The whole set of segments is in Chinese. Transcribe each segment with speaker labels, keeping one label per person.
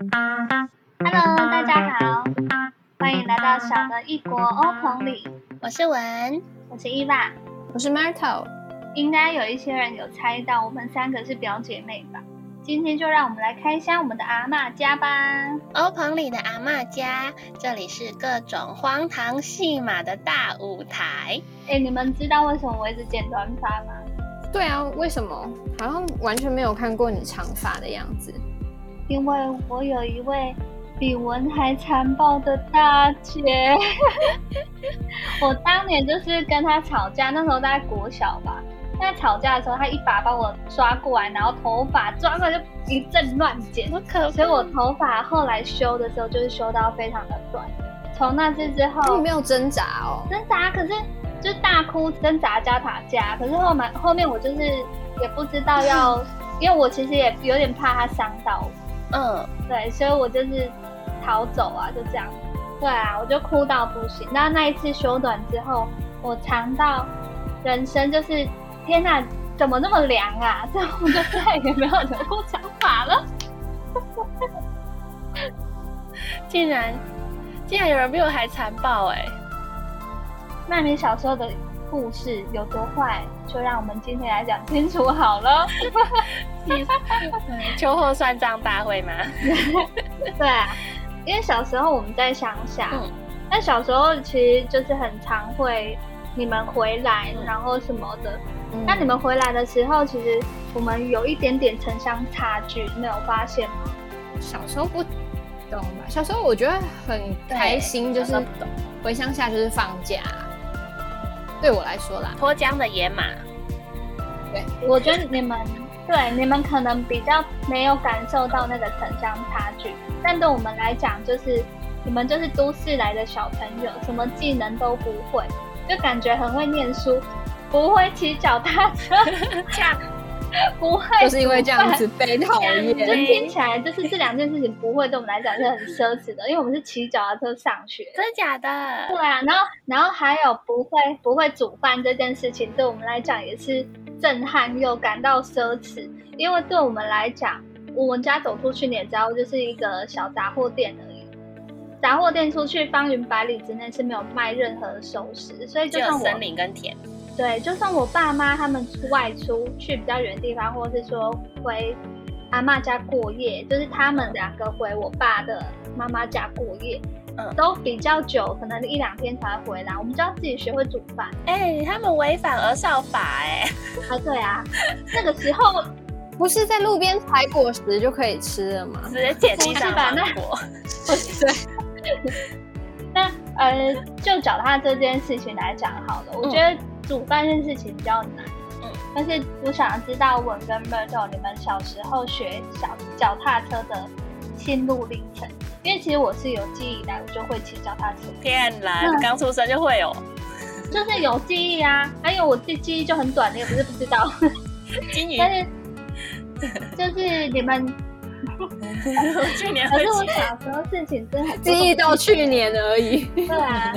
Speaker 1: Hello，大家好，欢迎来到小的异国欧棚里，
Speaker 2: 我是文，
Speaker 1: 我是伊娃。
Speaker 2: 我是 Marco。
Speaker 1: 应该有一些人有猜到我们三个是表姐妹吧？今天就让我们来开箱我们的阿嬷家吧。
Speaker 2: 欧棚里的阿嬷家，这里是各种荒唐戏码的大舞台。
Speaker 1: 哎，你们知道为什么我一直剪短发吗？
Speaker 3: 对啊，为什么？好像完全没有看过你长发的样子。
Speaker 1: 因为我有一位比文还残暴的大姐， 我当年就是跟她吵架，那时候大概国小吧。在吵架的时候，她一把把我抓过来，然后头发抓过来就一阵乱剪，
Speaker 2: 我可
Speaker 1: 所以我头发后来修的时候就是修到非常的短。从那次之后，
Speaker 3: 你没有挣扎哦。
Speaker 1: 挣扎，可是就大哭挣扎加打架，可是后面后面我就是也不知道 要，因为我其实也有点怕他伤到我，
Speaker 2: 嗯，
Speaker 1: 对，所以我就是逃走啊，就这样。对啊，我就哭到不行。那那一次修短之后，我尝到人生就是天哪，怎么那么凉啊！ 之后我就再也没有留过长发了。
Speaker 2: 竟然竟然有人比我还残暴 哎、
Speaker 1: 那你小时候的故事有多坏，就让我们今天来讲清楚好了。
Speaker 2: 秋后算账大会吗？
Speaker 1: 对啊，因为小时候我们在乡下，
Speaker 2: 嗯
Speaker 1: 但小时候其实就是很常会你们回来，
Speaker 2: 嗯
Speaker 1: 然后什么的。那你们回来的时候，其实我们有一点点城乡差距，你没有发现吗？
Speaker 3: 小时候不懂吧？小时候我觉得很开心，
Speaker 2: 对
Speaker 3: 就是
Speaker 2: 小时候不懂
Speaker 3: 回乡下就是放假。对我来说啦，
Speaker 2: 脱缰的野马，
Speaker 1: 我觉得你们对你们可能比较没有感受到那个城乡差距，但对我们来讲，就是你们就是都市来的小朋友，什么技能都不会，就感觉很会念书，不会骑脚踏车，
Speaker 2: 这样
Speaker 1: 不会
Speaker 3: 就是因为这样
Speaker 1: 煮饭
Speaker 3: 子被讨
Speaker 1: 就
Speaker 3: 厌。
Speaker 2: 对
Speaker 1: 听起来就是这两件事情不会对我们来讲是很奢侈的，因为我们是骑脚踏车上学。
Speaker 2: 真假的
Speaker 1: 对？啊，然后然后还有不会不会煮饭这件事情，对我们来讲也是震撼又感到奢侈，因为对我们来讲，我们家走出去你也知道，就是一个小杂货店而已。杂货店出去方圆百里之内是没有卖任何熟食，所以就
Speaker 2: 只有
Speaker 1: 算我
Speaker 2: 森林跟田，
Speaker 1: 对，就算我爸妈他们出外出去比较远的地方，或是说回阿嬷家过夜，就是他们两个回我爸的妈妈家过夜，
Speaker 2: 嗯
Speaker 1: 都比较久，可能一两天才回来。我们就要自己学会煮饭
Speaker 2: 哎、他们违反儿少法哎、
Speaker 1: 啊，对啊，那个时候
Speaker 3: 不是在路边采果实就可以吃了吗
Speaker 2: 直？接解
Speaker 1: 不
Speaker 2: 地
Speaker 1: 是
Speaker 2: 上
Speaker 1: 吧
Speaker 2: 王
Speaker 1: 那
Speaker 2: 国，
Speaker 1: 那呃，就脚踏这件事情来讲好
Speaker 3: 嗯
Speaker 1: 了，我觉得煮饭这件事情比较难。
Speaker 2: 嗯
Speaker 1: 但是我想知道文跟 Murdo 你们小时候学小脚踏车的心路历程，因为其实我是有记忆以来我就会骑脚踏车，
Speaker 2: 骗人，刚出生就会有
Speaker 3: 嗯
Speaker 1: 就是有记忆啊，还有我记记忆就很短，你也不是不知 道，
Speaker 2: 金鱼，
Speaker 1: 但是就是你们，
Speaker 2: 我去年
Speaker 1: 可
Speaker 2: 会
Speaker 1: 是我
Speaker 2: 骑，
Speaker 1: 小时候事情真的很多
Speaker 3: 记忆到去年而已。
Speaker 1: 对啊，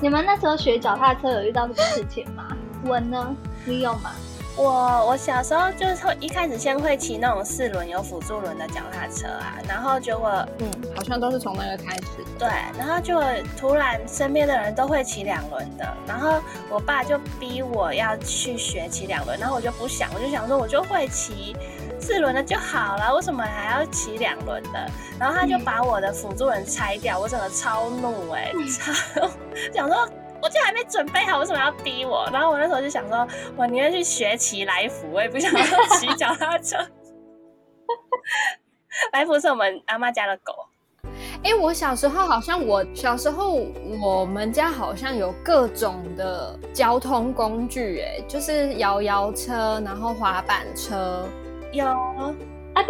Speaker 1: 你们那时候学脚踏车有遇到什么事情吗？文呢？你有吗？
Speaker 2: 我我小时候就是会一开始先会骑那种四轮有辅助轮的脚踏车啊，然后结果
Speaker 3: 嗯，好像都是从那个开始的。
Speaker 2: 对，然后就突然身边的人都会骑两轮的，然后我爸就逼我要去学骑两轮，然后我就不想，我就想说我就会骑四轮的就好了，为什么还要骑两轮的？然后他就把我的辅助轮拆掉，我整个超怒哎、超想说。我就还没准备好，为什么要逼我？然后我那时候就想说，我宁愿去学骑来福，我也不想要骑脚踏车。来福是我们阿妈家的狗，
Speaker 3: 哎、我小时候好像我小时候我们家好像有各种的交通工具、哎，就是摇摇车，然后滑板车，
Speaker 2: 有
Speaker 1: 啊，对，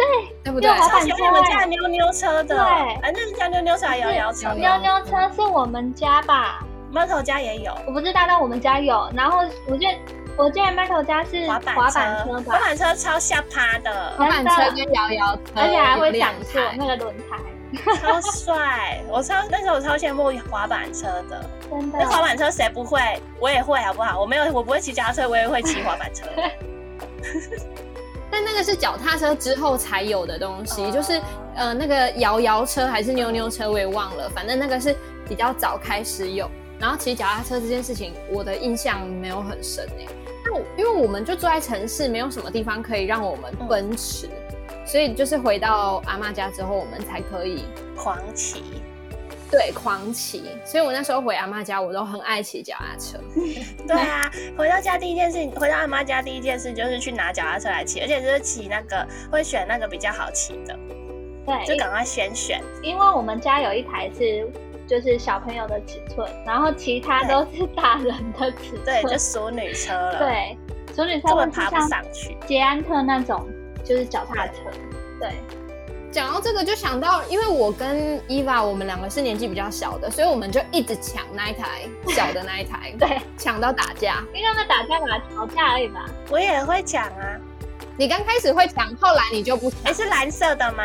Speaker 3: 对不对？
Speaker 1: 有滑
Speaker 2: 超
Speaker 1: 板
Speaker 2: 喜
Speaker 1: 车
Speaker 2: 欢你们家的妞妞车的，
Speaker 1: 对
Speaker 2: 啊，那是叫妞妞车还是摇摇车？
Speaker 3: 嗯
Speaker 1: 溜溜车是我们家吧？
Speaker 2: 猫头家也有
Speaker 1: 我不知道，但我们家有。然后我记得，我记得 Metal 家是
Speaker 2: 滑板
Speaker 1: 滑板车
Speaker 2: 滑
Speaker 1: 吧，
Speaker 2: 板车超下趴 的，
Speaker 3: 滑板车跟摇摇车，
Speaker 1: 而且还会
Speaker 3: 两
Speaker 1: 闪烁
Speaker 3: 台。
Speaker 1: 那个轮胎，
Speaker 2: 超帅！我超那时候我超羡慕滑板车的，
Speaker 1: 真 的
Speaker 2: 那。滑板车谁不会？ 我也会好不好？我没有，我不会骑脚踏车，我也会骑滑板车。
Speaker 3: 但那个是脚踏车之后才有的东
Speaker 1: 哦
Speaker 3: 西，就是呃那个摇摇车还是妞妞车，我也忘了，反正那个是比较早开始有。然后骑脚踏车这件事情，我的印象没有很深诶、那我因为我们就住在城市，没有什么地方可以让我们奔驰，所以就是回到阿妈家之后，我们才可以
Speaker 2: 狂骑，
Speaker 3: 对狂骑。所以我那时候回阿妈家，我都很爱骑脚踏车。
Speaker 2: 对啊，回到家第一件事，回到阿妈家第一件事就是去拿脚踏车来骑，而且就是骑那个会选那个比较好骑的，
Speaker 1: 对，
Speaker 2: 就赶快先选。
Speaker 1: 因为我们家有一台是就是小朋友的尺寸，然后其他都是大人的尺寸。
Speaker 2: 对，就熟女车了，，
Speaker 1: 对，处女车会
Speaker 2: 根本爬不
Speaker 1: 像
Speaker 2: 上去。
Speaker 1: 捷安特那种，就是脚踏车。对，
Speaker 3: 讲到这个，就想到，因为我跟伊娃，我们两个是年纪比较小的，所以我们就一直抢那一台小的那一台，
Speaker 1: 对，
Speaker 3: 抢到打架。
Speaker 1: 因为他们打架嘛，吵架而已嘛。
Speaker 2: 我也会讲啊，
Speaker 3: 你刚开始会抢，后来你就不
Speaker 2: 哎、
Speaker 3: 抢。
Speaker 2: 是蓝色的吗？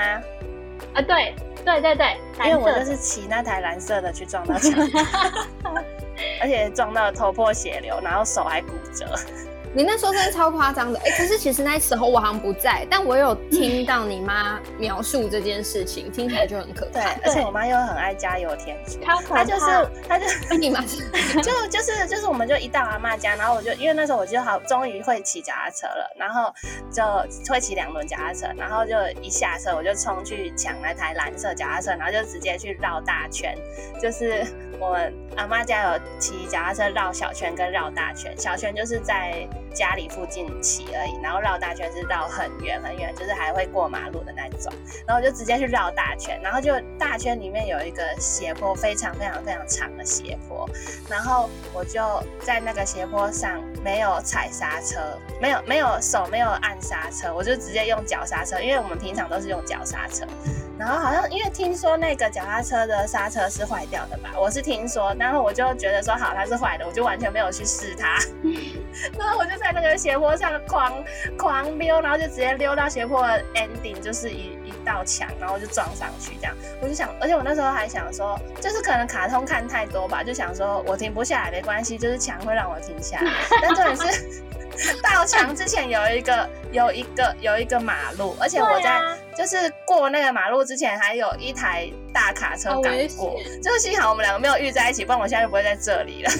Speaker 1: 啊，对，对对对，
Speaker 2: 因为
Speaker 1: 蓝
Speaker 2: 我
Speaker 1: 色
Speaker 2: 就
Speaker 1: 的。
Speaker 2: 是骑那台蓝色的去撞到 墙，而且撞到头破血流，然后手还骨折。
Speaker 3: 你那时候真的超夸张的，哎、可是其实那时候我好像不在，但我有听到你妈描述这件事情，听起来就很可
Speaker 2: 对
Speaker 3: 怕。，
Speaker 2: 而且我妈又很爱加油添醋，
Speaker 1: 超可
Speaker 2: 她
Speaker 1: 怕，
Speaker 2: 就是她就
Speaker 3: 哎你妈是
Speaker 2: 就就是就是，我们就一到阿妈家，然后我就因为那时候我就好终于会骑脚踏车了，然后就会骑两轮脚踏车，然后就一下车我就冲去抢那台蓝色脚踏车，然后就直接去绕大圈，就是我们阿妈家有骑脚踏车绕小圈跟绕大圈，小圈就是在家里附近骑而已，然后绕大圈是绕很远很远，就是还会过马路的那种。然后我就直接去绕大圈，然后就大圈里面有一个斜坡，非常非常非常长的斜坡，然后我就在那个斜坡上没有踩刹车，没有没有手没有按刹车，我就直接用脚刹车，因为我们平常都是用脚刹车。然后好像因为听说那个脚踏车的刹车是坏掉的吧，我是听说，然后我就觉得说好它是坏的，我就完全没有去试它。 然后我就在那个斜坡上狂狂溜，然后就直接溜到斜坡的 ending，就是一一道墙，然后就撞上去这样。我就想，而且我那时候还想说，就是可能卡通看太多吧，就想说我停不下来没关系，就是墙会让我停下来。但重点是。到墙之前有一个有一个有一个马路，而且我
Speaker 1: 对
Speaker 2: 在、
Speaker 1: 啊
Speaker 2: 就是过那个马路之前，还有一台大卡车
Speaker 3: 好
Speaker 2: 赶
Speaker 3: 危
Speaker 2: 过，就是幸好我们两个没有遇在一起，不然我现在就不会在这里了。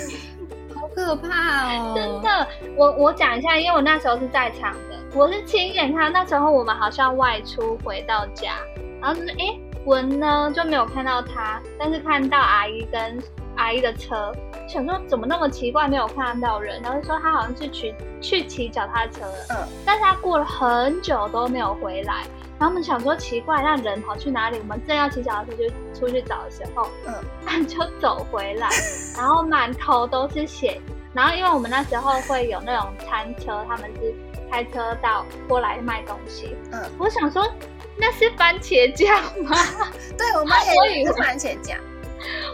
Speaker 3: 好可怕 哦！
Speaker 1: 真的，我我讲一下，因为我那时候是在场的，我是亲眼看到。那时候我们好像外出回到家，然后就是诶，文呢就没有看到他，但是看到阿姨跟阿姨的车，想说怎么那么奇怪没有看到人，然后就说他好像是去去骑脚踏车了，
Speaker 2: 嗯，
Speaker 1: 但是他过了很久都没有回来。然后我们想说奇怪，那人跑去哪里？我们正要骑脚踏车就出去找的时候，
Speaker 2: 嗯，
Speaker 1: 他就走回来，然后满头都是血，然后因为我们那时候会有那种餐车，他们是开车到过来卖东西。
Speaker 2: 嗯，
Speaker 1: 我想说那是番茄酱吗？
Speaker 2: 对我妈
Speaker 1: 我
Speaker 2: 也
Speaker 1: 以
Speaker 2: 是
Speaker 1: 为
Speaker 2: 番茄酱，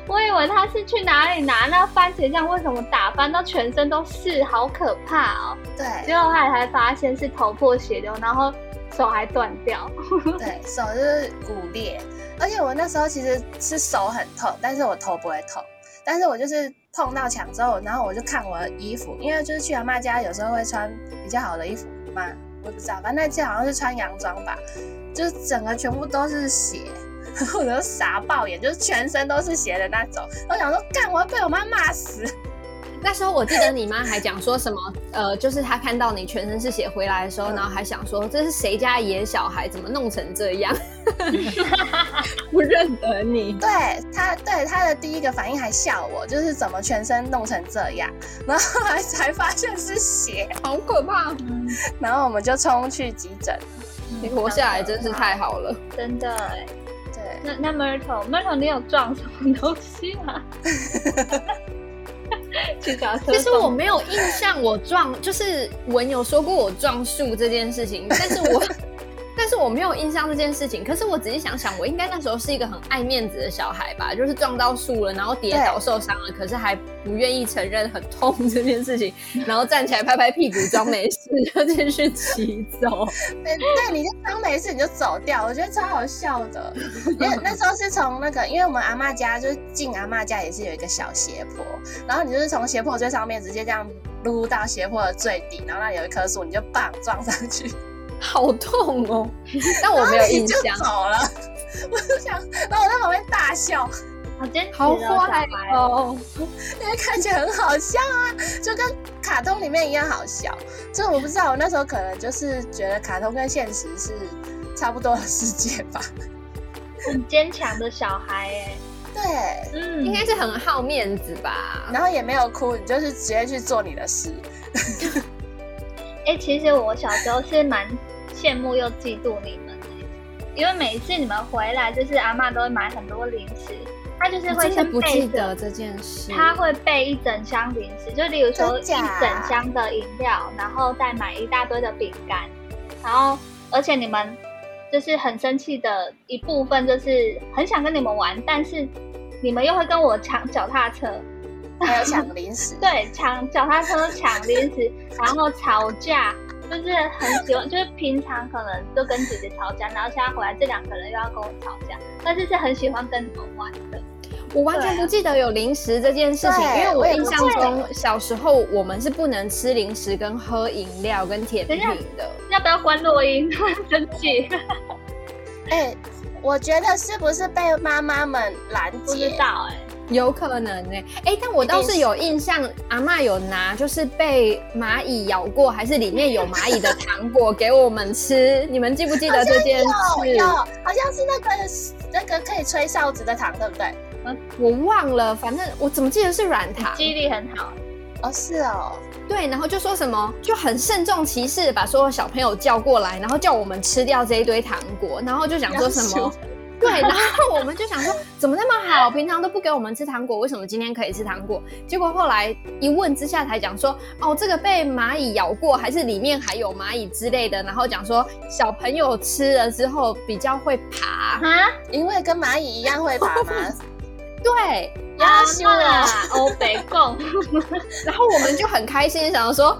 Speaker 1: 我以为他是去哪里拿那番茄酱，为什么打翻到全身都是，好可怕哦！
Speaker 2: 对，
Speaker 1: 结果后来才发现是头破血流，然后手还断掉。
Speaker 2: 对，手就是骨裂，而且我那时候其实是手很痛，但是我头不会痛，但是我就是碰到墙之后，然后我就看我的衣服，因为就是去阿妈家有时候会穿比较好的衣服嘛，我也不知道，反正那次好像是穿洋装吧，就是整个全部都是血。 然后我就傻爆眼，就是全身都是血的那种。我想说，干，我要被我妈骂死。
Speaker 3: 那时候我记得你妈还讲说什么，呃，就是她看到你全身是血回来的时候，然后还想说这是谁家野小孩，怎么弄成这 样，不认得你。
Speaker 2: 对他，对他的第一个反应还笑我，就是怎么全身弄成这样，然后后来才发现是血，
Speaker 3: 好可怕！
Speaker 1: 嗯，
Speaker 2: 然后我们就冲去急诊。
Speaker 3: 你活下来真是太好了。
Speaker 1: 真的哎。
Speaker 2: 对，
Speaker 1: 那那 Myrtle，Myrtle，你有撞什么东西 吗？去脚踏车。
Speaker 3: 其实我没有印象，我撞就是文有说过我撞树这件事情，但是 我但是我没有印象这件事情。可是我仔细想想，我应该那时候是一个很爱面子的小孩吧，就是撞到树了，然后跌倒受伤了，可是还不愿意承认很痛这件事情，然后站起来拍拍屁股装没事，就继续骑走。
Speaker 2: 对，对，你就当没事你就走掉，我觉得超好笑 的。因为那时候是从那个，因为我们阿嬷家就是进阿嬷家也是有一个小斜坡，然后你就是从斜坡最上面直接这样撸到斜坡的最底，然后那里有一棵树，你就棒撞上去。
Speaker 3: 好痛哦！但我没有印象
Speaker 2: 然后你就，走了。我就想，然后我在旁边大笑，
Speaker 1: 好坚持
Speaker 3: 好
Speaker 1: 哦，小
Speaker 3: 坏
Speaker 1: 孩
Speaker 3: 哦！
Speaker 2: 因为看起来很好笑啊，就跟卡通里面一样好笑。这我不知道，我那时候可能就是觉得卡通跟现实是差不多的世界 吧。
Speaker 1: 很坚强的小孩哎、
Speaker 2: 对，
Speaker 1: 嗯，
Speaker 3: 应该是很好面子吧？
Speaker 2: 然后也没有哭，你就是直接去做你的事。
Speaker 1: 哎、其实我小时候是蛮羡慕又嫉妒你们的，因为每一次你们回来，就是阿嬷都会买很多零食，她就是
Speaker 3: 我
Speaker 1: 会
Speaker 3: 真的
Speaker 1: 先
Speaker 3: 不
Speaker 1: 备
Speaker 3: 记
Speaker 1: 着
Speaker 3: 得，这件事。
Speaker 1: 她会备一整箱零食，就例如说一
Speaker 2: 真假
Speaker 1: 整箱的饮料，然后再买一大堆的饼干，然后而且你们就是很生气的一部分，就是很想跟你们玩，但是你们又会跟我抢脚踏车，
Speaker 2: 还有抢零食，
Speaker 1: 对，抢脚踏车、抢零食，然后吵架，就是很喜欢，就是平常可能就跟姐姐吵架，然后现在回来这两个人又要跟我吵架，但是是很喜欢跟你们玩的。
Speaker 3: 我完全
Speaker 2: 对啊
Speaker 3: 不记得有零食这件事情，
Speaker 2: 对
Speaker 3: 因为
Speaker 2: 我
Speaker 3: 我
Speaker 2: 也
Speaker 3: 印
Speaker 2: 不
Speaker 3: 象
Speaker 2: 记得
Speaker 3: 中小时候我们是不能吃零食、跟喝饮料、跟甜
Speaker 1: 等
Speaker 3: 品
Speaker 1: 一下
Speaker 3: 的。
Speaker 1: 要不要关录音？生气？
Speaker 2: 哎、我觉得是不是被妈妈们拦
Speaker 1: 不知
Speaker 2: 截？
Speaker 1: 道哎、
Speaker 3: 有可能呢、哎、但我倒是有印象，阿嬷有拿就是被蚂蚁咬过，还是里面有蚂蚁的糖果给我们吃，你们记不记得这件
Speaker 2: 哦，有，
Speaker 3: 事？
Speaker 2: 好像是那个那个可以吹哨子的糖，对不对？
Speaker 3: 我忘了，反正我怎么记得是软糖，
Speaker 1: 记忆力很好。
Speaker 2: 哦，是哦，
Speaker 3: 对，然后就说什么就很慎重其事地把所有小朋友叫过来，然后叫我们吃掉这一堆糖果，然后就想说什
Speaker 2: 要
Speaker 3: 么。 对，然后我们就想说，怎么那么好？平常都不给我们吃糖果，为什么今天可以吃糖果？结果后来一问之下才讲说，哦，这个被蚂蚁咬过，还是里面还有蚂蚁之类的。然后讲说，小朋友吃了之后比较会爬。
Speaker 1: 啊，
Speaker 2: 因为跟蚂蚁一样会爬 吗？
Speaker 3: 对，
Speaker 2: 要修了
Speaker 1: 啊，欧北共，
Speaker 3: 然后我们就很开心，想说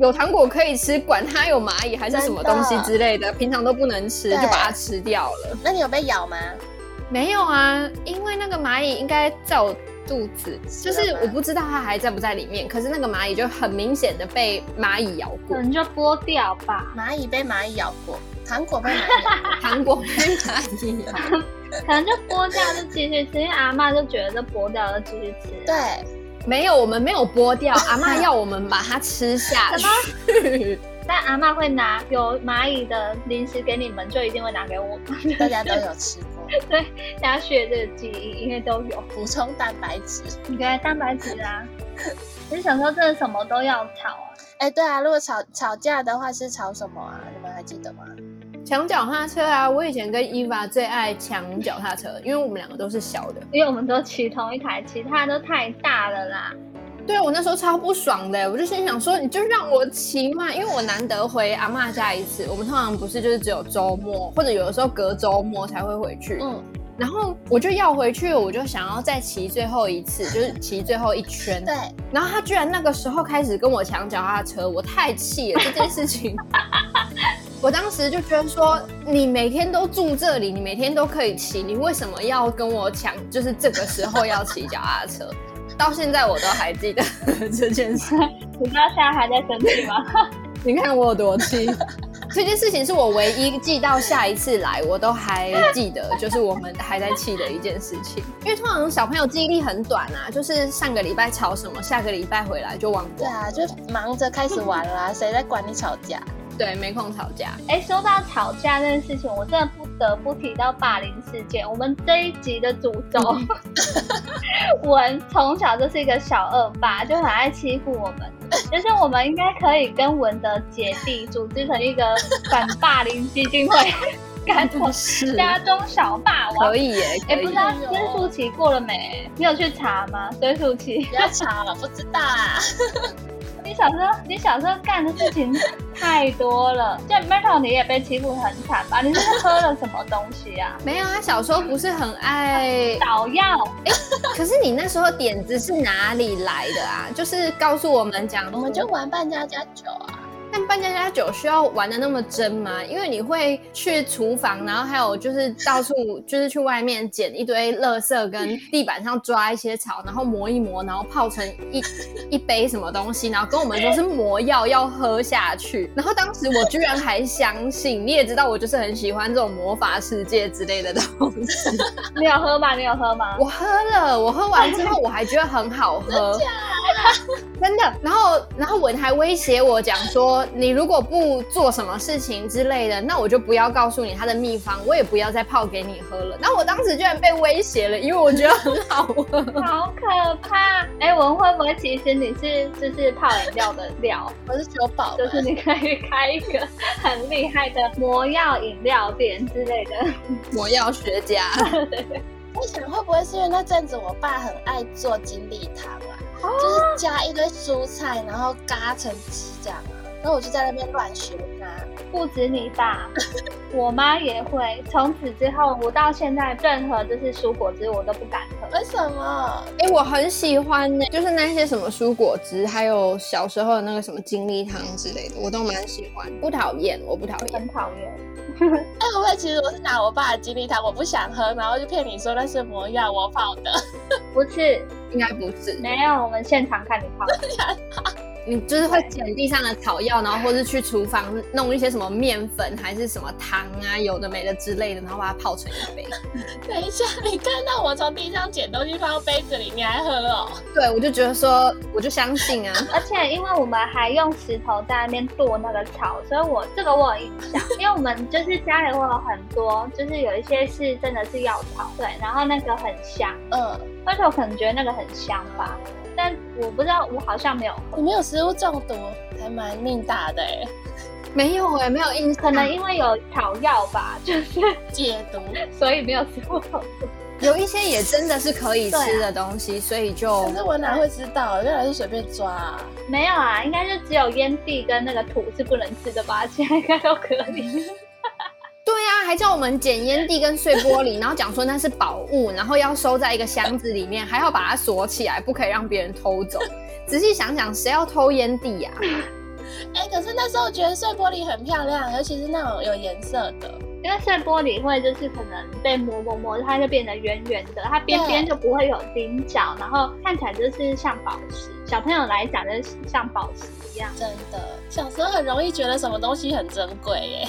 Speaker 3: 有糖果可以吃，管它有蚂蚁还是什么东西之类的，平常都不能吃，
Speaker 2: 对
Speaker 3: 就把它吃掉了。
Speaker 2: 那你有被咬吗？
Speaker 3: 没有啊，因为那个蚂蚁应该在我肚子，
Speaker 2: 是
Speaker 3: 就
Speaker 2: 了
Speaker 3: 是
Speaker 2: 吗
Speaker 3: 我不知道它还在不在里面，可是那个蚂蚁就很明显的被蚂蚁咬
Speaker 1: 可
Speaker 3: 过，
Speaker 1: 能就剥掉吧，
Speaker 2: 蚂蚁被蚂蚁咬过，糖果被蚂蚁 咬过
Speaker 3: 糖 果被蚂蚁咬。
Speaker 1: 可能就剥掉就继续吃，因为阿嬷就觉得就剥掉就继续吃。
Speaker 2: 对，
Speaker 3: 没有，我们没有剥掉，阿嬷要我们把它吃下 去。
Speaker 1: 但阿嬷会拿有蚂蚁的零食给你们，就一定会拿给我们，
Speaker 2: 大家都有吃过，
Speaker 1: 大家学这个记忆，因为都有。
Speaker 2: 补充蛋白质。
Speaker 1: 你给蛋白质 啊。可是小时候真的什么都要炒啊，
Speaker 2: 哎，对啊，如果吵吵架的话是吵什么啊？你们还记得吗？
Speaker 3: 抢脚踏车啊！我以前跟伊娃最爱抢脚踏车，因为我们两个都是小的。
Speaker 1: 因为我们都骑同一台，其他都太大了啦。
Speaker 3: 对啊我那时候超不爽的，我就心想说，你就让我骑嘛，因为我难得回阿嬷家一次，我们通常不是就是只有周末，或者有的时候隔周末才会回去。
Speaker 2: 嗯，
Speaker 3: 然后我就要回去，我就想要再骑最后一次，就是骑最后一圈。
Speaker 2: 对，
Speaker 3: 然后他居然那个时候开始跟我抢脚踏车，我太气了这件事情。我当时就觉得说，你每天都住这里，你每天都可以骑，你为什么要跟我抢？就是这个时候要骑脚踏车，到现在我都还记得这件事。
Speaker 1: 你知道现在还在生气吗？
Speaker 3: 你看我有多气。这件事情是我唯一记到下一次来，我都还记得，就是我们还在气的一件事情。因为通常小朋友记忆力很短啊，就是上个礼拜吵什么，下个礼拜回来就忘
Speaker 2: 对
Speaker 3: 光。
Speaker 2: 啊，就忙着开始玩啦，谁在管你吵架？
Speaker 3: 对，没空吵架。
Speaker 1: 哎，说到吵架这件事情，我真的不得不提到霸凌事件。我们这一集的主 轴，文从小就是一个小恶霸，就很爱欺负我们。就是我们应该可以跟文的姐弟组织成一个反霸凌基金会， 干我
Speaker 3: 是
Speaker 1: 家中小霸王
Speaker 3: 可。以耶，
Speaker 1: 哦啊哎、
Speaker 3: 可以
Speaker 1: 不知道追溯期过了没？你有去查吗？追溯期
Speaker 2: 不，要吵，我不知道啊。
Speaker 1: 你小时候你小时候干的事情太多了。就 Metal 你也被欺负很惨吧？你是不是喝了什么东西啊？。
Speaker 3: 没有，他小时候不是很 爱
Speaker 1: 捣药，
Speaker 3: 可是你那时候点子是哪里来的啊？就是告诉我们讲，
Speaker 2: 我们就玩扮家家酒啊，
Speaker 3: 但扮家家酒需要玩的那么真吗？因为你会去厨房，然后还有就是到处就是去外面捡一堆垃圾，跟地板上抓一些草，然后磨一磨，然后泡成一一杯什么东西，然后跟我们说是魔药要喝下去。然后当时我居然还相信，你也知道我就是很喜欢这种魔法世界之类的东西。
Speaker 1: 你有喝吗？你有喝吗？
Speaker 3: 我喝了，我喝完之后我还觉得很好喝，真的。然后，然后我还威胁我讲说，你如果不做什么事情之类的，那我就不要告诉你它的秘方，我也不要再泡给你喝了。那我当时居然被威胁了，因为我觉得很好喝。
Speaker 1: 好可怕！哎、我们会不会其实你是就是泡饮料的料，
Speaker 2: 我是酒保吧，
Speaker 1: 就是你可以开一个很厉害的魔药饮料店之类的？
Speaker 3: 魔药学家，
Speaker 2: 我想会不会是因为那阵子我爸很爱做金栗糖啊，
Speaker 1: 哦
Speaker 2: 就是加一堆蔬菜，然后嘎成鸡这样啊，然后我就在那边乱学啊。
Speaker 1: 不止你爸，我妈也会。从此之后，我到现在任何就是蔬果汁我都不敢喝。
Speaker 2: 为什么？
Speaker 3: 哎、我很喜欢呢、就是那些什么蔬果汁，还有小时候的那个什么精力汤之类的，我都蛮喜欢，不讨厌，我不讨厌。
Speaker 1: 很讨厌，
Speaker 2: 哎、我会其实我是拿我爸的金栗糖，我不想喝，然后就骗你说那是魔药，我泡的。
Speaker 1: 不是
Speaker 3: 应该不是，
Speaker 1: 没有，我们现场看你泡。
Speaker 3: 你就是会捡地上的草药，然后或是去厨房弄一些什么面粉还是什么糖啊，有的没的之类的，然后把它泡成一杯。
Speaker 2: 等一下，你看到我从地上捡东西放到杯子里，你还喝了、哦？
Speaker 3: 对，我就觉得说，我就相信啊，
Speaker 1: 而且因为我们还用石头在那边剁那个草，所以我这个我有印象，因为我们就是家里会有很多，就是有一些是真的是药草，对，然后那个很香，
Speaker 2: 嗯，
Speaker 1: 而且我可能觉得那个很香吧，但我不知道，我好像没有喝
Speaker 2: 你，没有食物中毒，还蛮命大的哎、
Speaker 3: 没有哎、没有印象，
Speaker 1: 可 能因为有草药吧，就是
Speaker 2: 解毒。
Speaker 1: 所以没有吃过。
Speaker 3: 有一些也真的是可以吃的东西，所以就
Speaker 2: 可是我哪会知道？原来是随便抓、啊。
Speaker 1: 没有啊，应该就只有烟蒂跟那个土是不能吃的吧，其他应该都可以。
Speaker 3: 对啊，还叫我们捡烟蒂跟碎玻璃，然后讲说那是宝物，然后要收在一个箱子里面，还要把它锁起来，不可以让别人偷走。仔细想想，谁要偷烟蒂啊呀、
Speaker 2: 哎、可是那时候觉得碎玻璃很漂亮，尤其是那种有颜色的。
Speaker 1: 因为碎玻璃会就是可能被磨磨磨，它就变得圆圆的，它边边就不会有棱角，然后看起来就是像宝石。小朋友来讲就是像宝石一样。
Speaker 2: 真的，小时候很容易觉得什么东西很珍贵欸耶。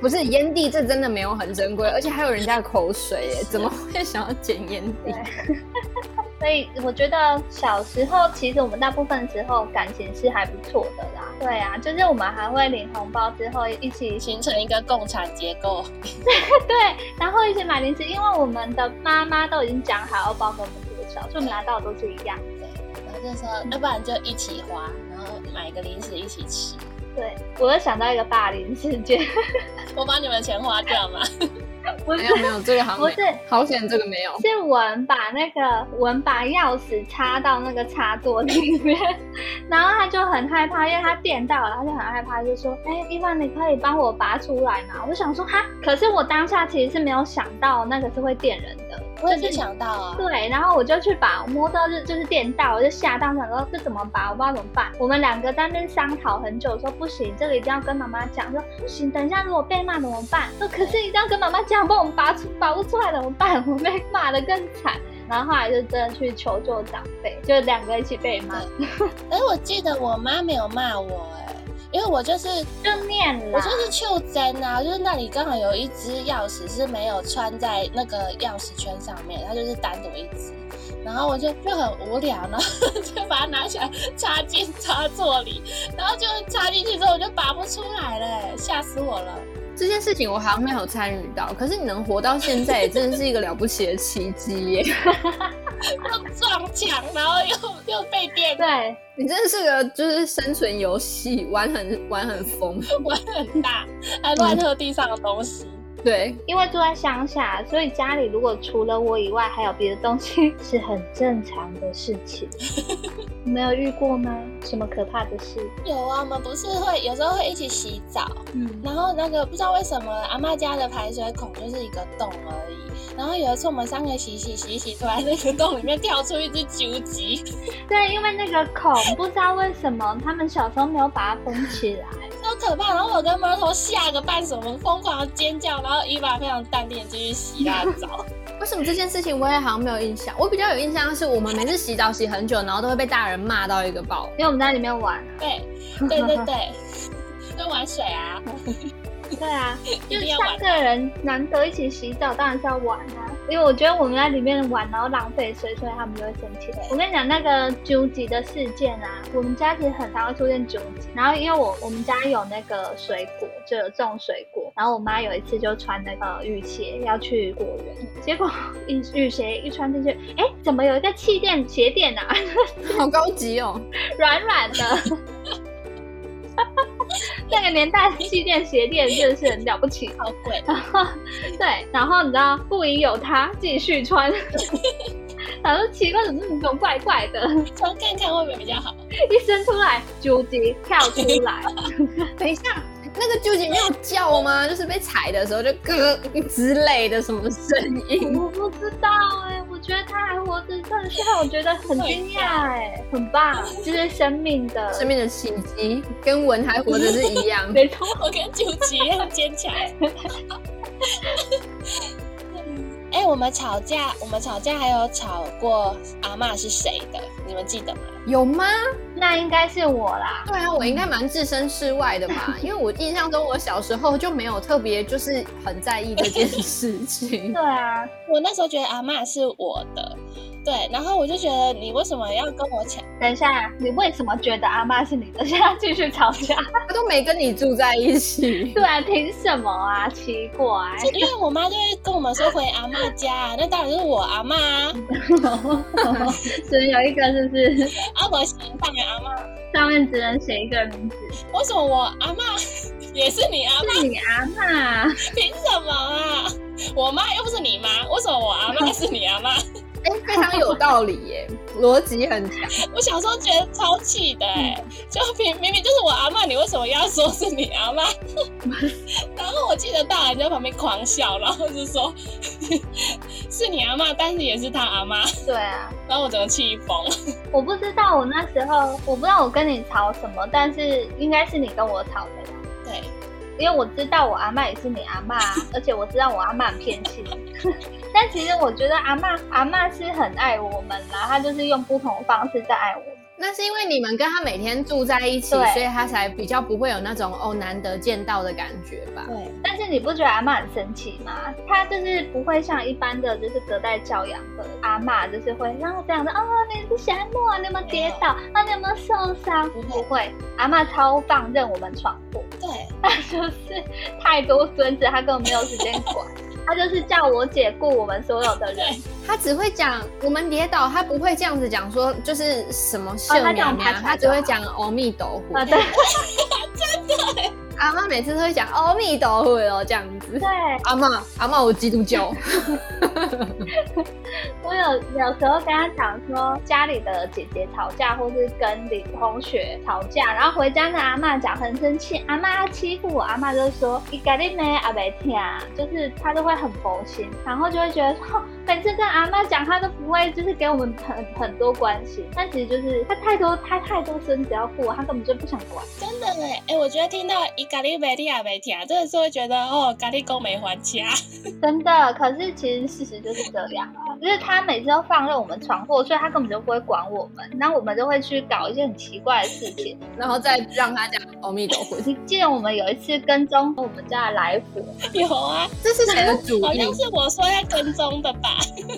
Speaker 3: 不是烟蒂，这真的没有很珍贵，而且还有人家的口水耶，怎么会想要捡烟蒂？
Speaker 1: 所以我觉得小时候，其实我们大部分时候感情是还不错的啦。对啊，就是我们还会领红包之后一 起
Speaker 2: 形成一个共产结构，
Speaker 1: 对，然后一起买零食，因为我们的妈妈都已经讲好要包给我们多少，所以我们拿到的都是一样。
Speaker 2: 然后就说要不然就一起花，然后买个零食一起吃。
Speaker 1: 对，我又想到一个霸凌事 件，
Speaker 2: 我把你们钱花掉嘛。
Speaker 1: 不
Speaker 3: 没
Speaker 1: 是
Speaker 3: 有没有，这个好
Speaker 1: 不
Speaker 3: 像
Speaker 1: 是
Speaker 3: 没有，好险这个没有。
Speaker 1: 是文把那个文把钥匙插到那个插座里面，然后他就很害怕，因为他电到了，他就很害怕，就说：“哎、一凡，你可以帮我拔出来吗？”我想说哈，可是我当下其实是没有想到那个是会电人的。
Speaker 2: 我也没想到啊，
Speaker 1: 对，然后我就去把我摸到就就是电到，我就吓到，想说这怎么拔，我不知道怎么办。我们两个在那边商讨很久，说不行，这个一定要跟妈妈讲，说不行，等一下如果被骂怎么办？说可是一定要跟妈妈讲，不然我们拔出拔不出来怎么办？我被骂的更惨。然后后来就真的去求救长辈，就两个一起被骂，
Speaker 2: 哎，我记得我妈没有骂我哎、因为我就是
Speaker 1: 就念了
Speaker 2: 我就。是袖珍啊，就是那里刚好有一只钥匙是没有穿在那个钥匙圈上面，它就是单独一只。然后我就就很无聊，然后 就把它拿起来插进插座里，然后就插进去之后我就拔不出来了、吓死我了！
Speaker 3: 这件事情我好像没有参与到，可是你能活到现在，也真的是一个了不起的奇迹耶！
Speaker 2: 又撞墙，然后又又被电
Speaker 1: 对，
Speaker 3: 你真的是个就是生存游戏，玩很玩很疯。
Speaker 2: 嗯玩很大，还乱喝地上的东西。
Speaker 3: 对，
Speaker 1: 因为住在乡下，所以家里如果除了我以外还有别的东西， 是很正常的事情。你没有遇过吗？什么可怕的事？
Speaker 2: 有啊，我们不是会有时候会一起洗澡，
Speaker 1: 嗯，
Speaker 2: 然后那个不知道为什么阿嬷家的排水孔就是一个洞而已。然后有一次我们三个洗洗洗洗，突然那个洞里面跳出一只九 级，
Speaker 1: 对，因为那个孔不知道为什么他们小时候没有把它封起来，
Speaker 2: 超可怕。然后我跟 m u 吓个半死，我们疯狂地尖叫，然后伊娃非常淡定地继续洗她的澡。
Speaker 3: 为什么这件事情我也好像没有印象？我比较有印象的是，我们每次洗澡洗很久，然后都会被大人骂到一个爆。
Speaker 1: 因为我们在里面玩 啊。
Speaker 2: 对对对对， 就玩水啊，
Speaker 1: 对啊，
Speaker 2: 一
Speaker 1: 就
Speaker 2: 定
Speaker 1: 是
Speaker 2: 要
Speaker 1: 三
Speaker 2: 玩。
Speaker 1: 个人难得一起洗澡，当然是要玩啊。因为我觉得我们在里面玩，然后浪费水，所以他们就会生气。我跟你讲那个九级的事件啊，我们家其实很常会出现九级。然后因为我我们家有那个水果，就有种水果。然后我妈有一次就穿那个雨鞋要去果园，结果一雨鞋一穿进去，哎，怎么有一个气垫鞋垫啊？
Speaker 3: 好高级哦！
Speaker 1: 软软的。 那个年代的气垫鞋垫真的是很了不起。
Speaker 2: 好贵，
Speaker 1: 然后对，然后你知道不宜有他继续穿， 然后奇怪怎么这种怪怪的，
Speaker 2: 从看看会不会比较好？
Speaker 1: 一伸出来九级跳出来，
Speaker 3: 等一下，那个究竟没有叫吗？就是被踩的时候就咯之类的什么声 音？
Speaker 1: 哎我不知道哎、我觉得他还活着，真的是让我觉得很惊讶哎、 很棒，就是生命的，。
Speaker 3: 生命的奇迹跟文还活着是一样
Speaker 1: 没错，
Speaker 2: 我跟九级一样坚强。 哎、我们吵架，我们吵架还有吵过阿嬷是谁的，你们记得吗？
Speaker 3: 有吗？
Speaker 1: 那应该是我啦。
Speaker 3: 对啊，我应该蛮置身事外的 吧，因为我印象中我小时候就没有特别就是很在意这件事情
Speaker 1: 对。啊，
Speaker 2: 我那时候觉得阿嬷是我的，对，然后我就觉得你为什么要跟我 抢？
Speaker 1: 等一下，你为什么觉得阿妈是你的？现在继续吵架，
Speaker 3: 他都没跟你住在一起。
Speaker 1: 对啊，凭什么啊？奇怪，
Speaker 2: 因为我妈就会跟我们说回阿嬷家啊、那当然是我阿嬷啊，
Speaker 1: 只能有一个是不是？
Speaker 2: 啊我喜欢阿嬷，
Speaker 1: 上面只能写一个名字，
Speaker 2: 为什么我阿嬷 也是你阿嬷？
Speaker 1: 是你阿妈。
Speaker 2: 凭什么啊？我妈又不是你妈，为什么我阿妈是你阿妈？
Speaker 3: 哎、非常有道理 耶，逻辑很强。
Speaker 2: 我小时候觉得超气的、欸，就明明明就是我阿妈，你为什么要说是你阿妈？ 然后我记得大人在旁边狂笑，然后就说是你阿妈，但是也是他阿妈，
Speaker 1: 对啊，
Speaker 2: 然后我整个气疯。
Speaker 1: 我不知道我那时候，我不知道我跟你吵什么，但是应该是你跟我吵的吧，
Speaker 2: 对，
Speaker 1: 因为我知道我阿妈也是你阿妈， 而且我知道我阿妈很偏心。 但其实我觉得阿妈阿妈是很爱我们啦，她就是用不同的方式在爱我们。
Speaker 3: 那是因为你们跟他每天住在一起，
Speaker 1: 对
Speaker 3: 所以他才比较不会有那种哦难得见到的感觉吧？
Speaker 2: 对，
Speaker 1: 但是你不觉得阿妈很神奇吗？她就是不会像一般的就是隔代教养的阿妈，就是会然后这样的哦，你是想我啊，你有没有跌倒啊，你有没有受伤？
Speaker 2: 不
Speaker 1: 不
Speaker 2: 会
Speaker 1: 会，阿妈超棒，任我们闯祸。
Speaker 2: 对，
Speaker 1: 她就是太多孙子，她根本没有时间管，她就是叫我姐顾我们所有 的人。
Speaker 3: 他只会讲我们跌倒，他不会这样子讲说就是什么秀
Speaker 1: 他
Speaker 3: 娘
Speaker 1: 讲
Speaker 3: 娘，
Speaker 1: 爬起来
Speaker 3: 他只会讲阿弥陀佛
Speaker 1: 啊，。对
Speaker 3: 阿妈每次都会讲阿弥陀佛哦这样子。
Speaker 1: 对，
Speaker 3: 阿妈，阿妈，我基督教。
Speaker 1: 我有有时候跟他讲说家里的姐姐吵架，或是跟邻同学吵架，然后回家跟阿嬷讲，很生气，阿嬷欺负我，阿嬷就说你家里妹阿没听，就是她都会很佛心，然后就会觉得说哦每次跟阿嬷讲，她都不会就是给我们很很多关心，但其实就是她太多她太多孙子要顾，她根本就不想管。
Speaker 2: 真的哎、哎、我觉得听到伊咖喱美利亚美听，真的是会觉得哦，咖喱公没还家，
Speaker 1: 真的，可是其实事实就是这样啊，就是他每次都放任我们闯祸，所以他根本就不会管我们，然后我们就会去搞一些很奇怪的事情。
Speaker 3: 然后再让他讲阿弥陀佛，
Speaker 1: 你记得我们有一次跟踪我们家的来福，
Speaker 2: 有啊，
Speaker 3: 这是谁的主
Speaker 2: 好
Speaker 3: 意
Speaker 2: 像？是我说要跟踪的吧。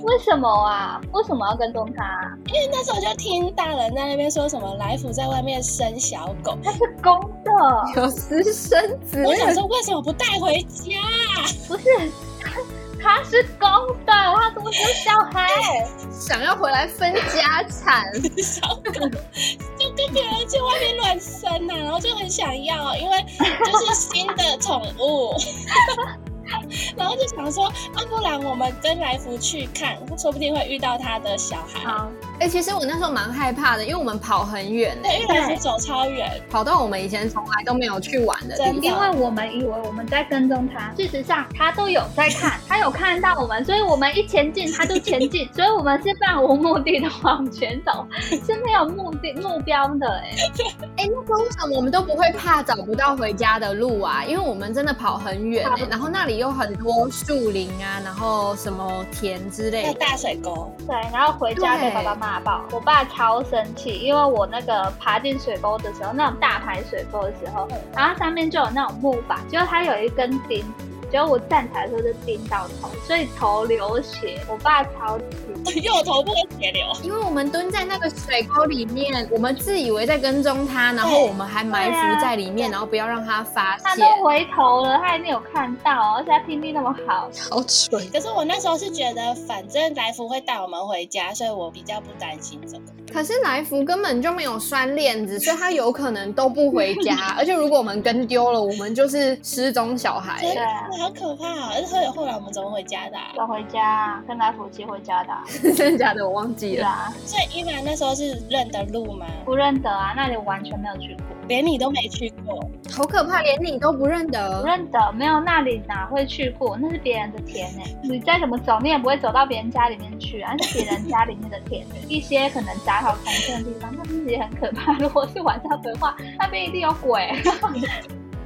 Speaker 1: 为什么啊？为什么要跟踪他、啊？
Speaker 2: 那时候就听大人在那边说什么来福在外面生小狗，
Speaker 1: 他是公的，
Speaker 3: 有私生子，
Speaker 2: 我想说为什么不带回家？
Speaker 1: 不是他，他是公的，他怎么是小孩？
Speaker 3: 想要回来分家产。
Speaker 2: 就跟别人去外面乱生呐、啊，然后就很想要，因为就是新的宠物， 然后就想说，啊，不然我们跟来福去看，说不定会遇到他的小孩。
Speaker 1: 好，
Speaker 3: 哎、其实我那时候蛮害怕的，因为我们跑很远、
Speaker 2: 对，因为来福走超远，
Speaker 3: 跑到我们以前从来都没有去玩的地
Speaker 2: 真
Speaker 3: 方。
Speaker 2: 的
Speaker 1: 因为我们以为我们在跟踪他，事实上他都有在看，他有看到我们，所以我们一前进他就前进，所以我们是漫无目的的往前走，是没有目的目标的哎、
Speaker 3: 哎、那通常我们都不会怕找不到回家的路啊，因为我们真的跑很远、欸，然后那里有很多树林啊，然后什么田之类
Speaker 2: 在
Speaker 3: 的。
Speaker 2: 大水沟。
Speaker 1: 对，然后回家被
Speaker 3: 对
Speaker 1: 爸爸骂爆，我爸超生气，因为我那个爬进水沟的时候，那种大排水沟的时候，然后上面就有那种木板，结果它有一根钉子，结果我站起来的时候就钉到头，所以头流血，我爸超气。
Speaker 2: 右头部的血流，
Speaker 3: 因为我们蹲在那个水沟里面，我们自以为在跟踪它，然后我们还埋
Speaker 1: 对啊
Speaker 3: 伏在里面，然后不要让它发
Speaker 1: 他
Speaker 3: 现
Speaker 1: 都。回头了，他还没有看到，而且他听力那么好，
Speaker 3: 好蠢！
Speaker 2: 可是我那时候是觉得，反正来福会带我们回家，所以我比较不担心这个。
Speaker 3: 可是来福根本就没有拴链子，所以他有可能都不回家。而且如果我们跟丢了，我们就是失踪小孩欸。
Speaker 2: 真
Speaker 1: 对啊
Speaker 2: 的好可怕啊！而且后来后来我们怎么回家的、啊？
Speaker 1: 要回家跟来福接回家的、啊，
Speaker 3: 真的假的？我忘记
Speaker 1: 是
Speaker 3: 了。
Speaker 1: 啊，
Speaker 2: 所以依然那时候是认得路吗？
Speaker 1: 不认得啊，那里完全没有去过，
Speaker 2: 连你都没去过，
Speaker 3: 好可怕，连你都不认
Speaker 1: 不
Speaker 3: 得。
Speaker 1: 认得，没有那里哪会去过，那是别人的田呢、你再怎么走，你也不会走到别人家里面去啊，那是别人家里面的田，一些可能杂草丛生的地方，那自己很可怕。 如果是晚上的话，那边一定有鬼，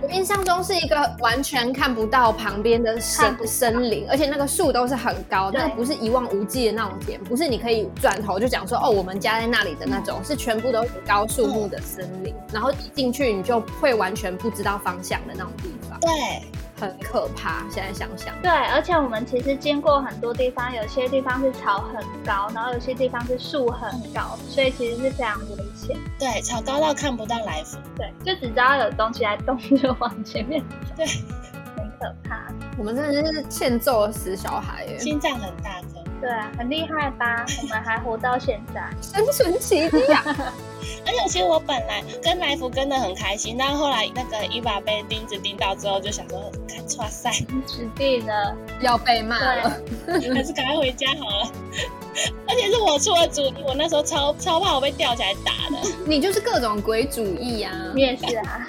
Speaker 3: 我印象中是一个完全看不到旁边的
Speaker 1: 看不
Speaker 3: 森
Speaker 1: 到
Speaker 3: 森林，而且那个树都是很高，
Speaker 1: 对
Speaker 3: 那个不是一望无际的那种田，不是你可以转头就讲说哦我们家在那里的那种，是全部都是高树木的森林，然后一进去你就会完全不知道方向的那种地方，
Speaker 2: 对，
Speaker 3: 很可怕。现在想想，
Speaker 1: 对，而且我们其实经过很多地方，有些地方是草很高，然后有些地方是树很高，所以其实是非常危险。
Speaker 2: 对，草高到看不到来福，
Speaker 1: 对，就只知道有东西在动就往前面走。
Speaker 2: 对，
Speaker 1: 很可怕。
Speaker 3: 我们真的是欠揍的死小孩耶，
Speaker 2: 心脏很大颗。
Speaker 1: 对啊，很厉害吧？我们还活到现在。
Speaker 3: 生存奇迹啊！
Speaker 2: 而且其实我本来跟来福跟的很开心，但后来那个伊娃被钉子钉到之后，就想说，看，哇 塞，
Speaker 1: 死定了，
Speaker 3: 要被骂了。
Speaker 2: 还是赶快回家好了。而且是我出了主意，我那时候超超怕我被吊起来打的。
Speaker 3: 你就是各种鬼主意啊！
Speaker 1: 你也是啊。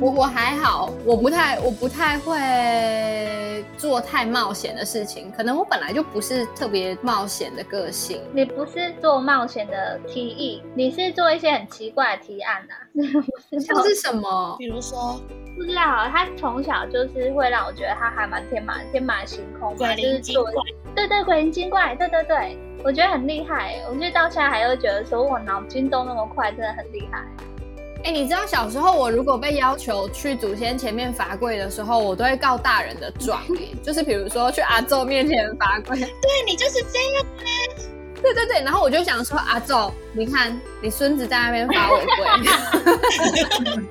Speaker 3: 我我还好，我不太我不太会做太冒险的事情，可能我本来就不是特别冒险的个性。
Speaker 1: 你不是做冒险的提议，你是做一些很奇怪的提案啊。 不是
Speaker 3: 像是什么？
Speaker 2: 比如说，
Speaker 1: 不知道啊，他从小就是会让我觉得他还蛮天马天马行空
Speaker 2: 鬼
Speaker 1: 嘛，就是
Speaker 2: 灵精
Speaker 1: 做
Speaker 2: 怪，
Speaker 1: 对对鬼灵精怪，对对对，我觉得很厉害。欸我觉得到现在还会觉得说，我脑筋动那么快，真的很厉害。
Speaker 3: 哎、你知道小时候我如果被要求去祖先前面罚跪的时候，我都会告大人的状、欸，就是比如说去阿宙面前罚跪，
Speaker 2: 对你就是这样，
Speaker 3: 对对对，然后我就想说阿宙，你看你孙子在那边罚我 跪，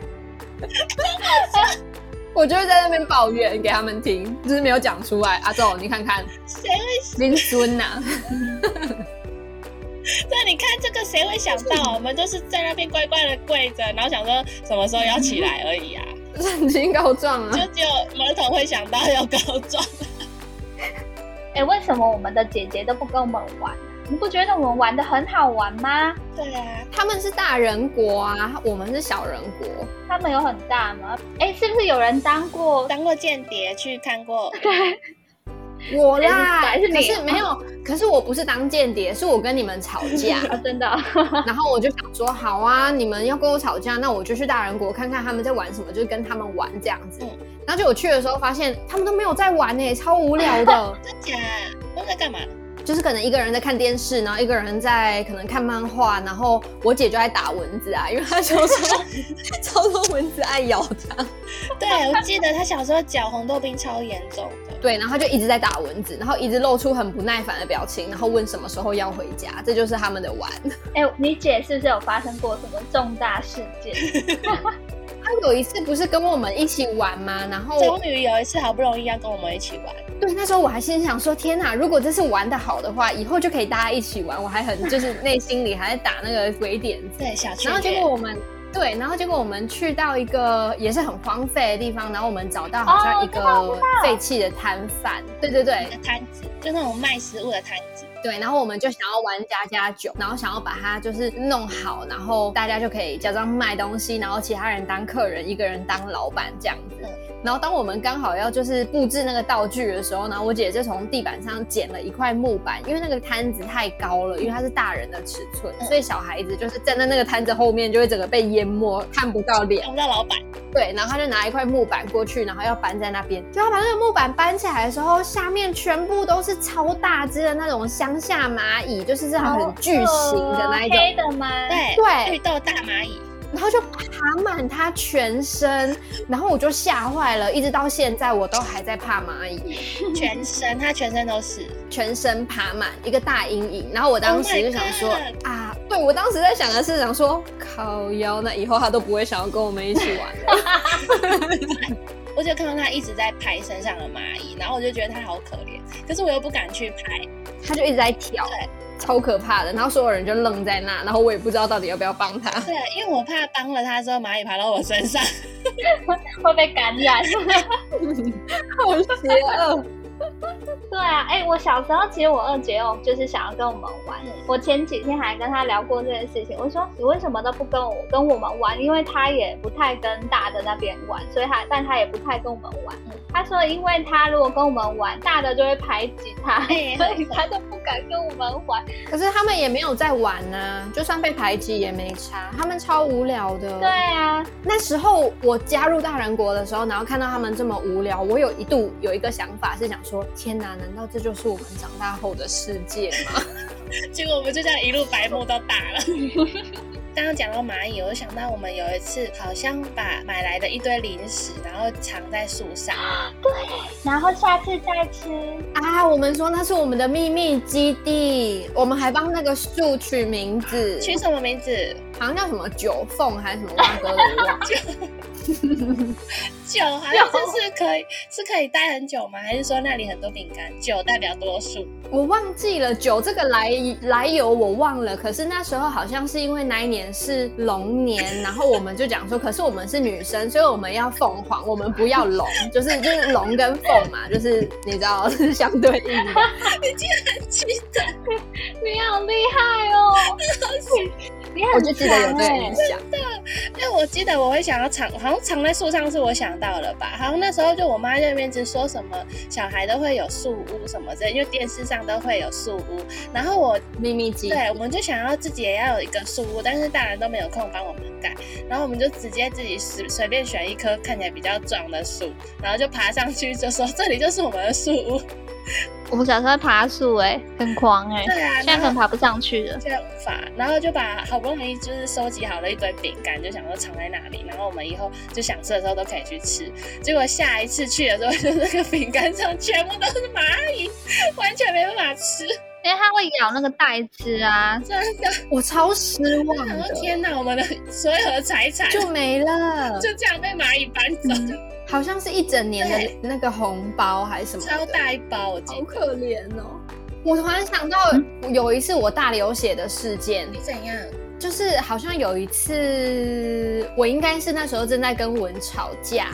Speaker 3: 我就会在那边抱怨给他们听，就是没有讲出来。阿宙，你看看
Speaker 2: 谁会？
Speaker 3: 您孙呐、
Speaker 2: 对，你看这个谁会想到？我们都是在那边乖乖的跪着，然后想说什么时候要起来而 已啊，
Speaker 3: 上清告状啊
Speaker 2: 就！只有儿童会想到要告状。
Speaker 1: 哎，为什么我们的姐姐都不跟我们玩？啊你不觉得我们玩的很好玩吗？
Speaker 2: 对啊，
Speaker 3: 他们是大人国啊，我们是小人国。
Speaker 1: 他们有很大吗？哎，是不是有人当过？
Speaker 2: 当过间谍去看过，
Speaker 3: 我啦，
Speaker 1: 还是哎你
Speaker 3: 可是没有，可是我不是当间谍，是我跟你们吵架，
Speaker 1: 啊，真的哦、
Speaker 3: 然后我就想说，好啊，你们要跟我吵架，那我就去大人国看看他们在玩什么，就是跟他们玩这样子。
Speaker 2: 嗯
Speaker 3: 然后结果去的时候发现他们都没有在玩诶、超无聊的，
Speaker 2: 真假？他们在干嘛？
Speaker 3: 就是可能一个人在看电视，然后一个人在可能看漫画，然后我姐就在打蚊子啊，因为她就说超多蚊子爱咬她。
Speaker 2: 对，我记得他小时候脚红豆冰超严重的。
Speaker 3: 对，然后他就一直在打蚊子，然后一直露出很不耐烦的表情，然后问什么时候要回家，这就是他们的玩。
Speaker 1: 哎、你姐是不是有发生过什么重大事 件？
Speaker 3: 他有一次不是跟我们一起玩吗？然后
Speaker 2: 终于有一次好不容易要跟我们一起玩，
Speaker 3: 对，那时候我还心想说，天哪，如果这次玩的好的话，以后就可以大家一起玩。我还很就是内心里还在打那个鬼点子。
Speaker 2: 对，小区
Speaker 3: 然后结果我们对，然后结果我们去到一个也是很荒废的地方，然后我们找到好
Speaker 1: 哦
Speaker 3: 像一
Speaker 1: 知道
Speaker 3: 个废弃的摊贩，对对对
Speaker 2: 一个摊子，就那种卖食物的摊子。
Speaker 3: 对，然后我们就想要玩家家酒，然后想要把它就是弄好，然后大家就可以假装卖东西，然后其他人当客人，一个人当老板这样子。然后当我们刚好要就是布置那个道具的时候，然后我姐就从地板上捡了一块木板，因为那个摊子太高了，因为它是大人的尺寸，所以小孩子就是站在那个摊子后面就会整个被淹没，看不到脸
Speaker 2: 看。不到老板，
Speaker 3: 对，然后他就拿一块木板过去，然后要搬在那边。就他把那个木板搬起来的时候，下面全部都是超大只的那种乡下蚂蚁，就是这样很巨型的那一种，
Speaker 1: 哦黑的吗？，
Speaker 2: 对
Speaker 3: 对
Speaker 2: 绿豆大蚂 蚁，
Speaker 3: 然后就爬满它全身，然后我就吓坏了，一直到现在我都还在怕蚂蚁，
Speaker 2: 全身它全身都是。
Speaker 3: 全身爬满一个大阴影。然后我当时就想说、
Speaker 2: Oh my
Speaker 3: 啊，对我当时在想的是想说，靠腰，那以后他都不会想要跟我们一起玩了。
Speaker 2: 我就看到它一直在拍身上的蚂蚁，然后我就觉得它好可怜，可是我又不敢去拍。
Speaker 3: 他就一直在跳，超可怕的。然后所有人就愣在那，然后我也不知道到底要不要帮他。
Speaker 2: 对，因为我怕帮了它之后蚂蚁爬到我身上。
Speaker 1: 会被感染。
Speaker 3: 好邪恶！
Speaker 1: 对啊，哎、我小时候其实我二姐有就是想要跟我们玩，我前几天还跟她聊过这件事情，我说你为什么都不跟我跟我们玩？因为她也不太跟大的那边玩，所以她但她也不太跟我们玩
Speaker 2: 嗯。
Speaker 1: 她说因为她如果跟我们玩，大的就会排挤她，
Speaker 2: 哎
Speaker 1: 所以她就不敢跟我们玩。
Speaker 3: 可是他们也没有在玩呢、就算被排挤也没差，他们超无聊的。
Speaker 1: 对，啊，
Speaker 3: 那时候我加入大人国的时候，然后看到他们这么无聊，我有一度有一个想法是想说：天哪，难道这就是我们长大后的世界 吗？
Speaker 2: 结果我们就这样一路白目到大了。 刚刚讲到蚂蚁，我就想到我们有一次好像把买来的一堆零食，然后藏在树上，
Speaker 1: 然后下次再吃。
Speaker 3: 啊，我们说那是我们的秘密基地，我们还帮那个树取名字，
Speaker 2: 取什么名字？
Speaker 3: 好像叫什么九凤还是什么蛙哥的，我忘了。
Speaker 2: 酒好像就是可以 是可以待很久吗？还是说那里很多饼干？酒代表多数，
Speaker 3: 我忘记了酒这个来来由我忘了，可是那时候好像是因为那一年是龙年，然后我们就讲说，可是我们是女生，所以我们要凤凰，我们不 要龙，就是就是龙跟凤嘛，就是你知道是相对应的。
Speaker 2: 记得
Speaker 1: 你好厉害哦！你很
Speaker 3: 我就记得有这个
Speaker 1: 强
Speaker 3: 印
Speaker 1: 哎
Speaker 3: 象，
Speaker 2: 因为我记得我会想要藏，好像藏在树上是我想到了吧？好像那时候就我妈在那边一直说什么小孩都会有树屋什么之类，因为电视上都会有树屋。然后我
Speaker 3: 秘密基地。
Speaker 2: 对，我们就想要自己也要有一个树屋，但是大人都没有空帮我们盖，然后我们就直接自己随随便选一棵看起来比较壮的树，然后就爬上去就说这里就是我们的树屋。
Speaker 1: 我们小时候爬树哎、很狂哎、
Speaker 2: 对啊，
Speaker 1: 现在可能
Speaker 2: 然后
Speaker 1: 爬不上去了。
Speaker 2: 现在无法，然后就把好不容易就是收集好了一堆饼干，就想说藏在那里，然后我们以后就想吃的时候都可以去吃。结果下一次去的时候，就那个饼干上全部都是蚂蚁，完全没办法吃，
Speaker 1: 因为它会咬那个带子啊，
Speaker 2: 真的。
Speaker 3: 我超失望
Speaker 2: 然后
Speaker 3: 的，
Speaker 2: 天哪，我们的所有的财产
Speaker 3: 就没了，
Speaker 2: 就这样被蚂蚁搬走，
Speaker 3: 好像是一整年
Speaker 2: 对
Speaker 3: 的那个红包还是什么的
Speaker 2: 超大一包，我记
Speaker 3: 好
Speaker 2: 得。
Speaker 3: 可怜哦。我突然想到
Speaker 2: 嗯
Speaker 3: 有一次我大流血的事件，
Speaker 2: 你怎样？
Speaker 3: 就是好像有一次，我应该是那时候正在跟文吵架，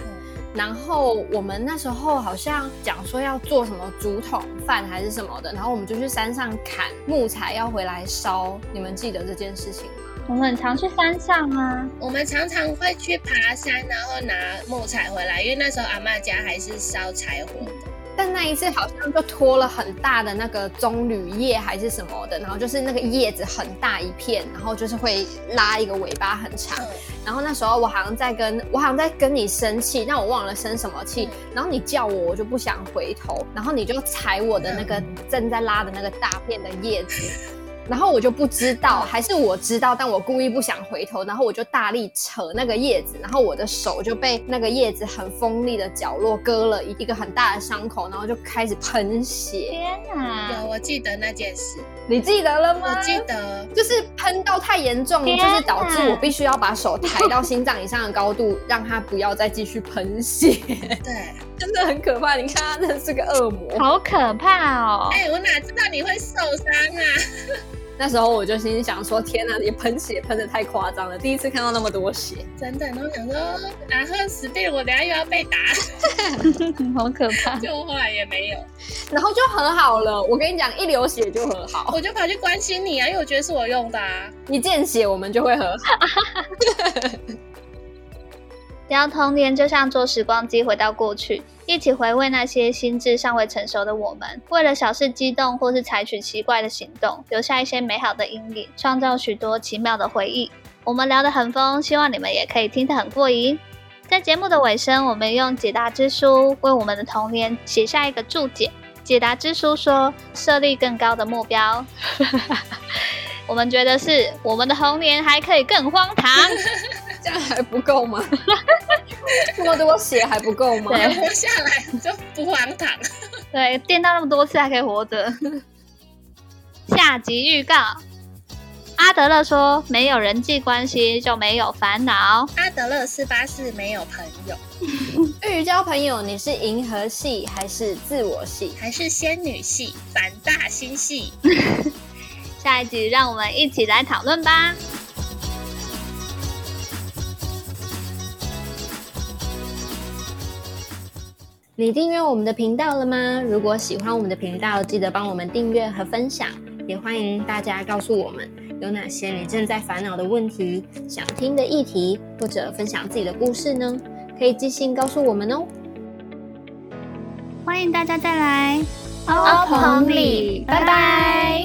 Speaker 3: 然后我们那时候好像讲说要做什么竹筒饭还是什么的，然后我们就去山上砍木材要回来烧。你们记得这件事情吗？
Speaker 1: 我们很常去山上啊。
Speaker 2: 我们常常会去爬山，然后拿木材回来，因为那时候阿嬷家还是烧柴火的。
Speaker 3: 但那一次好像就拖了很大的那个棕榈叶还是什么的，然后就是那个叶子很大一片，然后就是会拉一个尾巴很长。
Speaker 2: 嗯
Speaker 3: 然后那时候我好像在跟我好像在跟你生气，但我忘了生什么
Speaker 2: 嗯
Speaker 3: 气。然后你叫我，我就不想回头，然后你就踩我的那个
Speaker 2: 嗯
Speaker 3: 正在拉的那个大片的叶子， 然后我就不知道，
Speaker 2: 嗯
Speaker 3: 还是我知道，但我故意不想回头，然后我就大力扯那个叶子，然后我的手就被那个叶子很锋利的角落割了一一个很大的伤口，然后就开始喷血。
Speaker 1: 天啊哪！
Speaker 2: 有，我记得那件事，
Speaker 3: 你记得了吗？
Speaker 2: 我记得。
Speaker 3: 就是喷到太严重，
Speaker 1: 天
Speaker 3: 就
Speaker 1: 哪
Speaker 3: 是导致我必须要把手抬到心脏以上的高度，让它不要再继续喷血，
Speaker 2: 对，
Speaker 3: 真的很可怕。你看，它真的是个恶魔。
Speaker 1: 好可怕哦！
Speaker 2: 哎、我哪知道你会受伤啊？
Speaker 3: 那时候我就心想说：天哪，你喷血喷的太夸张了！第一次看到那么多血，
Speaker 2: 真的，然后想说啊，恨死定了，我等下又要被打，
Speaker 1: 嗯好可怕！
Speaker 2: 结果后来也没有，
Speaker 3: 然后就和好了。我跟你讲，一流血就和好，
Speaker 2: 我就跑去关心你啊，因为我觉得是我用的啊。
Speaker 3: 一见血我们就会和好。
Speaker 1: 聊童年就像坐时光机回到过去，一起回味那些心智尚未成熟的我们，为了小事激动或是采取奇怪的行动，留下一些美好的阴影，创造许多奇妙的回忆。我们聊得很疯，希望你们也可以听得很过瘾。在节目的尾声，我们用解答之书为我们的童年写下一个注解。解答之书说，设立更高的目标。我们觉得是我们的童年还可以更荒唐。
Speaker 3: 这样还不够吗？ 这么多血还不够吗？
Speaker 1: 对
Speaker 2: 活下来就不荒唐。
Speaker 1: 对，电到那么多次还可以活着。 下集预告：阿德勒说，没有人际关系就没有烦恼。
Speaker 2: 阿德勒四八四没有朋友，
Speaker 3: 对于交朋友，你是迎合系还是自我系？
Speaker 2: 还是仙女系，反大星系。
Speaker 1: 下一集让我们一起来讨论吧。
Speaker 3: 你订阅我们的频道了吗？如果喜欢我们的频道，记得帮我们订阅和分享，也欢迎大家告诉我们有哪些你正在烦恼的问题、想听的议题，或者分享自己的故事呢？可以寄信告诉我们哦。
Speaker 1: 欢迎大家再来欧棚里，拜拜。